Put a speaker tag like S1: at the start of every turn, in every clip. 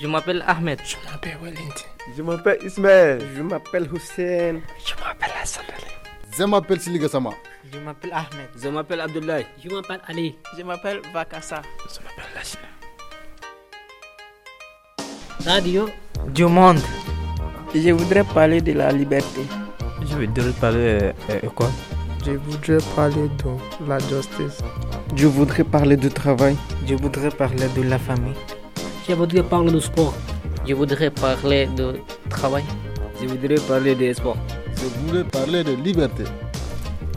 S1: Je m'appelle Ahmed.
S2: Je m'appelle Walid.
S3: Je m'appelle Ismaël.
S4: Je m'appelle Hussein.
S5: Je m'appelle Hassan
S6: Je m'appelle Siligasama.
S7: Je m'appelle Ahmed.
S8: Je m'appelle Abdoulaye.
S9: Je m'appelle Ali.
S10: Je m'appelle Vakassa.
S11: Je m'appelle Lachina.
S9: Radio
S1: du monde.
S10: Je voudrais parler de la liberté.
S11: Je voudrais parler euh, de quoi
S12: Je voudrais parler de la justice.
S13: Je voudrais parler du travail.
S14: Je voudrais parler de la famille.
S9: Je voudrais parler du sport.
S1: Je voudrais parler de travail.
S8: Je voudrais parler de sport.
S6: Je voudrais parler de liberté.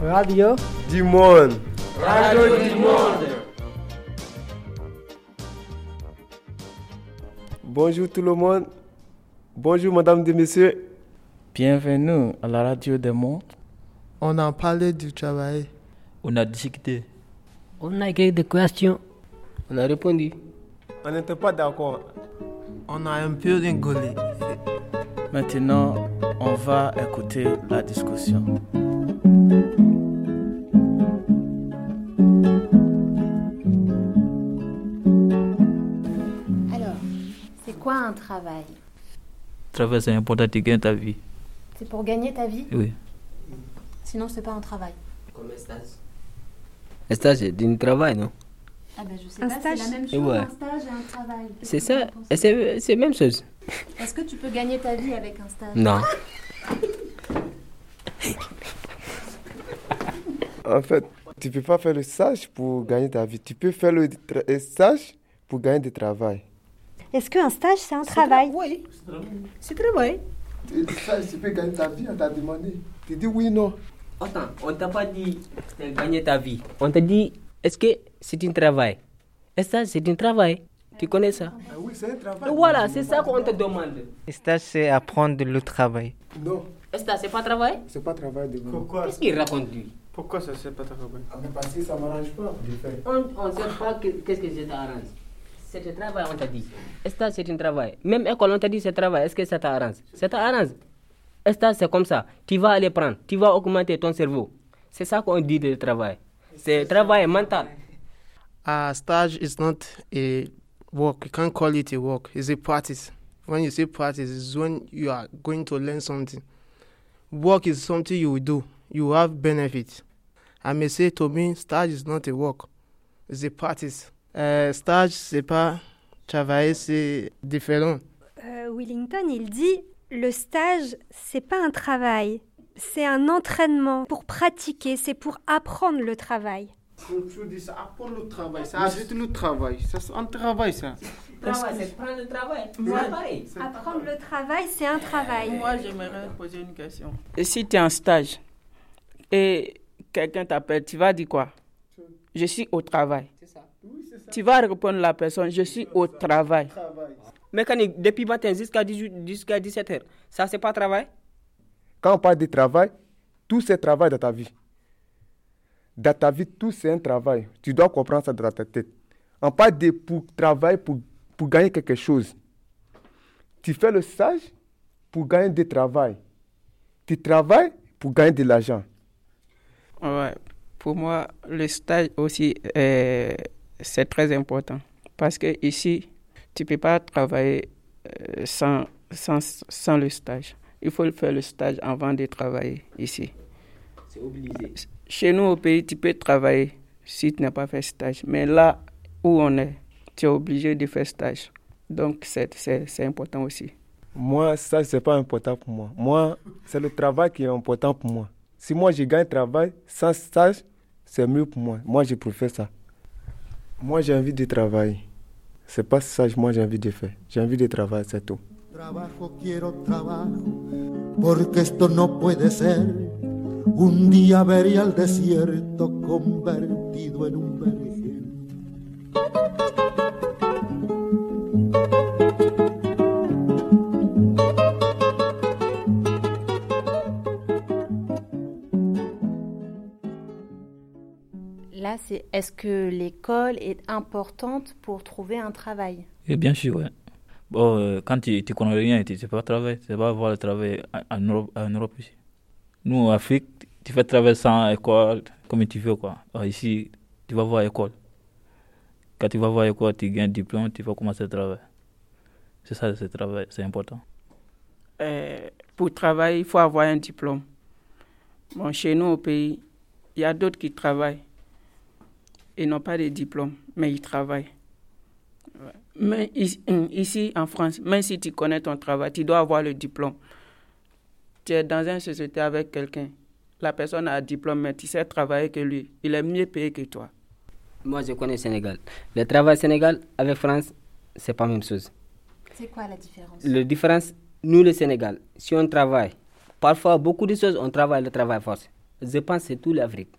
S7: Radio
S3: du monde.
S15: Radio du monde.
S3: Bonjour tout le monde. Bonjour mesdames et messieurs.
S13: Bienvenue à la radio des mondes.
S12: On a parlé du travail.
S11: On a discuté.
S9: On a écrit des questions.
S8: On a répondu.
S3: On n'était pas d'accord.
S12: On a un peu rigolé.
S13: Maintenant, on va écouter la discussion.
S16: Alors, c'est quoi un travail
S11: Travail, c'est important de gagner ta vie.
S16: C'est pour gagner ta vie
S11: Oui.
S16: Sinon, c'est pas un travail.
S8: Comme un stage. Un stage, c'est un travail, non
S16: Ah ben, je sais un pas, c'est la même chose, ouais. un stage et un travail.
S8: C'est ça, c'est la même chose.
S16: Est-ce que tu peux gagner ta vie avec un stage
S8: Non.
S3: en fait, tu peux pas faire le stage pour gagner ta vie. Tu peux faire le stage pour gagner du travail.
S17: Est-ce qu'un stage, c'est un travail
S3: Oui,
S17: c'est travail.
S3: Tu dis ça, tu peux gagner ta vie, on t'a demandé. Tu dis oui, non.
S8: Attends, on t'a pas dit gagner ta vie. On t'a dit, est-ce que c'est un travail Un stage, c'est un travail. Tu connais ça
S3: ah Oui, c'est un travail.
S8: Voilà, c'est ça qu'on te demande.
S14: Un stage, c'est apprendre le travail.
S3: Non.
S8: Un stage, c'est pas travail
S3: C'est pas travail de vous.
S8: Pourquoi Qu'est-ce qu'il raconte lui
S4: Pourquoi ça, c'est pas travail
S3: ah, mais Parce que ça m'arrange pas.
S8: On ne sait pas qu'est-ce que je t'arrange. C'est un travail, on t'a dit. Un stage, c'est un travail. Même école, on t'a dit c'est travail. Est-ce que ça t'arrange Ça t'arrange. Un stage, c'est comme ça. Tu vas aller prendre, tu vas augmenter ton cerveau. C'est ça qu'on dit de travail. C'est travail mental.
S18: A stage is not a work. You can't call it a work. It's a practice. When you say practice, it's when you are going to learn something. Work is something you will do. You have benefit. I may say to me, stage is not a work. It's a practice. Euh, stage, c'est pas travailler, c'est différent.
S17: Euh, Willington, il dit, le stage, c'est pas un travail. C'est un entraînement pour pratiquer, c'est pour apprendre le travail.
S4: Tu dis ça apprend le travail, ça ajoute le travail, ça c'est un travail ça.
S8: Travail, c'est prendre le travail.
S17: Moi, pareil. Apprendre le travail, c'est un travail.
S10: Moi, j'aimerais poser une question.
S7: Et si tu es en stage et quelqu'un t'appelle, tu vas dire quoi Je suis au travail. Ça. Oui, ça. Tu vas répondre à la personne, je suis au travail. travail.
S8: Mécanique, depuis matin jusqu'à 17 h ça c'est pas travail
S3: Quand on parle de travail, tout c'est travail dans ta vie dans ta vie, tout c'est un travail. Tu dois comprendre ça dans ta tête. On parle de pour travailler, pour, pour gagner quelque chose. Tu fais le stage pour gagner du travail. Tu travailles pour gagner de l'argent.
S7: Ouais, pour moi, le stage aussi, euh, c'est très important. Parce que ici, tu ne peux pas travailler euh, sans, sans, sans le stage. Il faut faire le stage avant de travailler ici.
S8: C'est obligé
S7: chez nous au pays, tu peux travailler si tu n'as pas fait stage. Mais là où on est, tu es obligé de faire stage. Donc c'est important aussi.
S3: Moi, ça, c'est pas important pour moi. Moi, c'est le travail qui est important pour moi. Si moi, je gagne travail sans stage, c'est mieux pour moi. Moi, je préfère ça. Moi, j'ai envie de travailler. C'est pas stage, moi, j'ai envie de faire. J'ai envie de travailler, c'est tout.
S19: Trabajo, quiero trabajo, porque esto no puede ser. un día vería el desierto convertido en un vergel.
S16: Là, c'est est-ce que l'école est importante pour trouver un travail
S11: Et Bien sûr, oui. Bon, euh, quand tu ne connais rien, tu ne sais pas travailler, tu ne pas avoir le travail en, en Europe, en Europe ici. Nous, en Afrique, tu fais travailler sans école, comme tu veux. Quoi. Alors ici, tu vas voir l'école. Quand tu vas voir l'école, tu gagnes un diplôme, tu vas commencer à travailler. C'est ça, c'est travail, c'est important.
S7: Euh, pour travailler, il faut avoir un diplôme. Bon, chez nous, au pays, il y a d'autres qui travaillent. Ils n'ont pas de diplôme, mais ils travaillent. Ouais. Mais ici, ici, en France, même si tu connais ton travail, tu dois avoir le diplôme. Tu es dans une société avec quelqu'un. La personne a un diplôme, mais tu sais travailler que lui. Il est mieux payé que toi.
S8: Moi, je connais Sénégal. Le travail Sénégal avec France, c'est pas la même chose.
S16: C'est quoi la différence
S8: La différence, nous, le Sénégal, si on travaille, parfois, beaucoup de choses, on travaille le travail force. Je pense que c'est tout l'Afrique.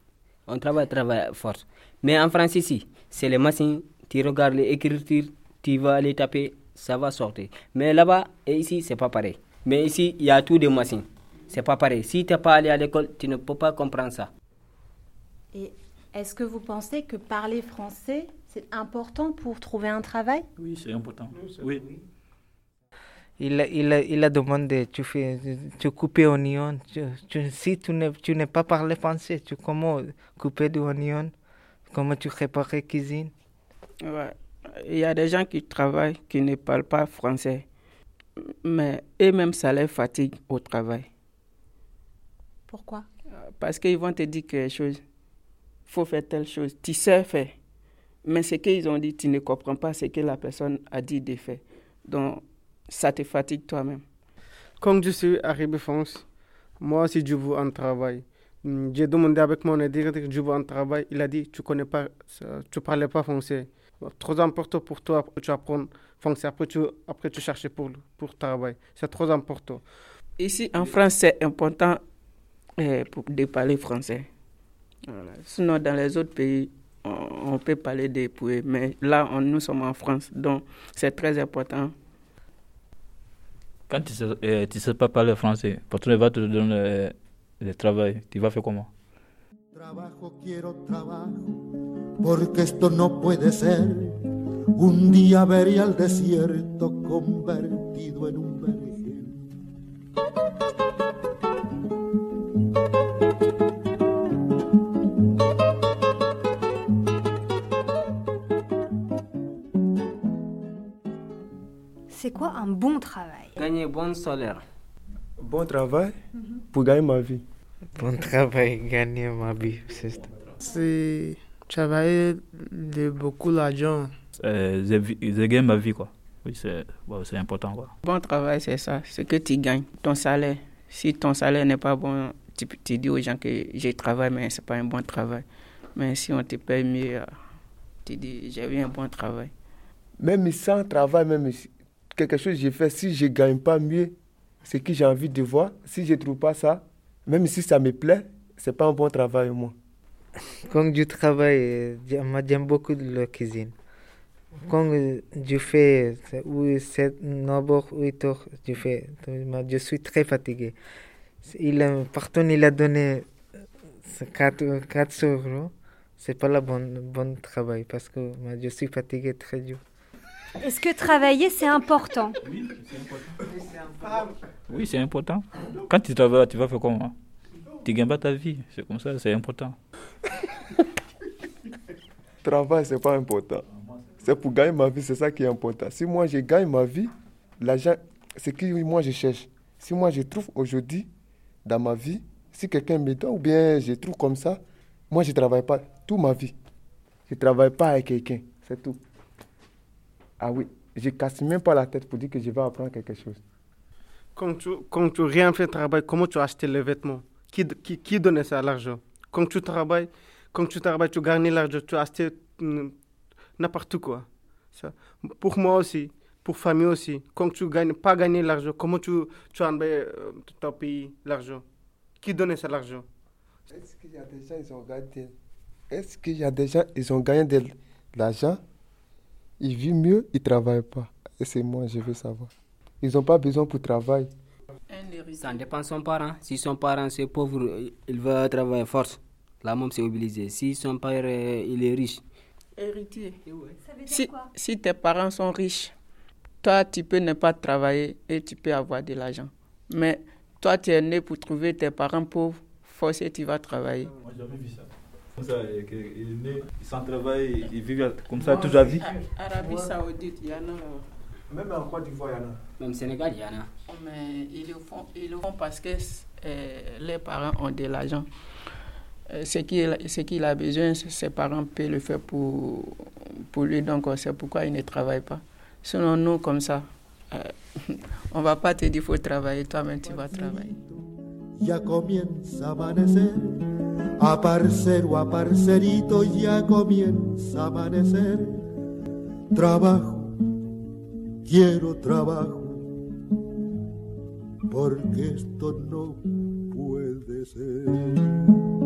S8: On travaille le travail force. Mais en France, ici, c'est les machines, tu regardes les écritures, tu vas les taper, ça va sortir. Mais là-bas et ici, c'est pas pareil. Mais ici, il y a tout des machines. C'est pas pareil. Si tu n'es pas allé à l'école, tu ne peux pas comprendre ça.
S16: Et est-ce que vous pensez que parler français, c'est important pour trouver un travail
S11: Oui, c'est important. Oui.
S14: Il a, il, a, il a demandé, tu, fais, tu coupes oignon, tu, tu- si tu n'es tu n'es pas parlé français, tu comment couper du oignon, comment tu réparer cuisine.
S7: Ouais. Il y a des gens qui travaillent, qui ne parlent pas français, mais eux-mêmes, ça les fatigue au travail.
S16: Pourquoi
S7: Parce qu'ils vont te dire quelque chose. faut faire telle chose. Tu sais faire. Mais ce qu'ils ont dit, tu ne comprends pas ce que la personne a dit de faire. Donc, ça te fatigue toi-même.
S18: Comme je suis arrivé en France, moi aussi je veux un travail. Hmm, J'ai demandé avec mon aide que je veux un travail. Il a dit Tu connais pas, ça- tu parlais pas français. Trop important pour toi, tu apprends français. Après, tu, après, tu cherches pour, pour travail. C'est trop important.
S7: Ici, en France, c'est important euh, pour, de parler français. Voilà. Sinon, dans les autres pays, on, on peut parler des poèmes. Mais là, on- nous sommes en France. Donc, c'est très important
S11: Quand tu ne sais, euh, tu sais pas parler français, le patron il va te donner euh, le travail. Tu vas faire comment
S19: porque esto no puede ser. Un día vería el desierto convertido en un vergel.
S17: C'est quoi un bon travail
S8: Gagner bon salaire.
S3: Bon travail pour gagner ma vie.
S14: Bon travail, gagner ma vie, c'est ça.
S18: C'est travailler de beaucoup d'argent.
S11: Euh, J'ai vi- j'ai gagné ma vie, quoi. Oui, c'est bon, c'est important, quoi.
S7: Bon travail, c'est ça, ce que tu gagnes, ton salaire. Si ton salaire n'est pas bon, tu, tu dis aux gens que je travaille, mais ce n'est pas un bon travail. Mais si on te paye mieux, euh, tu dis j'ai eu un bon travail.
S3: Même sans travail, même si- quelque chose que j'ai fait, si je ne gagne pas mieux ce que j'ai envie de voir, si je ne trouve pas ça, même si ça me plaît, ce n'est pas un bon travail, moi.
S14: Quand je travaille, euh, j'aime j'aime beaucoup la cuisine. Quand euh, je fais 7, 9 8 heures, je, fais, je suis très fatigué. Il, a- pardon, il a donné 4, 4 euros. C'est pas le bon, bon travail parce que moi, je suis fatigué très dur.
S17: Est-ce que travailler, c'est important
S11: Oui, c'est important. Quand tu travailles, tu vas faire comment hein? Tu ne gagnes pas ta vie. C'est comme ça, c'est important.
S3: Travail, ce n'est pas important. C'est pour gagner ma vie, c'est ça qui est important. Si moi, je gagne ma vie, l'argent, c'est que moi, je cherche. Si moi, je trouve aujourd'hui dans ma vie, si quelqu'un me donne ou bien je trouve comme ça, moi, je ne travaille pas toute ma vie. Je ne travaille pas avec quelqu'un, c'est tout. Ah oui, je ne casse même pas la tête pour dire que je vais apprendre quelque chose.
S18: Quand tu, quand tu rien fait travail, comment tu acheter les vêtements qui, qui, qui donnait ça l'argent Quand tu travailles, quand tu travailles, tu gagnes l'argent, tu achètes hum, n'importe quoi. Ça. Pour moi aussi, pour famille aussi, quand tu gagnes pas gagner l'argent, comment tu tu enlèves euh, ton pays l'argent Qui donnait ça l'argent
S3: Est-ce qu'il y a des gens, ils ont gagné Est-ce qu'il y a des gens, ils ont gagné de l'argent, ils vivent mieux, ils ne travaillent pas Et c'est moi, je veux savoir. Ils n'ont pas besoin pour travail.
S8: Ça dépend de son parent. Si son parent c'est pauvre, euh, il va travailler force. La mom c'est obligé. Si son père euh, il est riche,
S7: Héritier. si, si tes parents sont riches, toi, tu peux ne pas travailler et tu peux avoir de l'argent. Mais toi, tu es né pour trouver tes parents pauvres, forcé, tu vas travailler.
S11: Moi, j'ai jamais vu ça. Comme ça, il est né, sans travail, il vit comme ça toute sa vie.
S7: Arabie Saoudite, il y en a. euh,
S20: Même en Côte d'Ivoire, il y en a.
S8: Même Sénégal, il y en a.
S7: Mais ils le font, ils le font parce que euh, les parents ont de l'argent. Euh, Ce qu'il ce qu'il a besoin, ses parents peuvent le faire pour, pour lui. Donc, euh, c'est pourquoi il ne travaille pas. Sinon, nous, comme ça, euh, on ne va pas te dire qu'il faut travailler. Toi-même, tu vas travailler.
S19: Ya comienza a amanecer, a parcero, a parcerito, ya comienza a amanecer. Trabajo, quiero trabajo, porque esto no puede ser.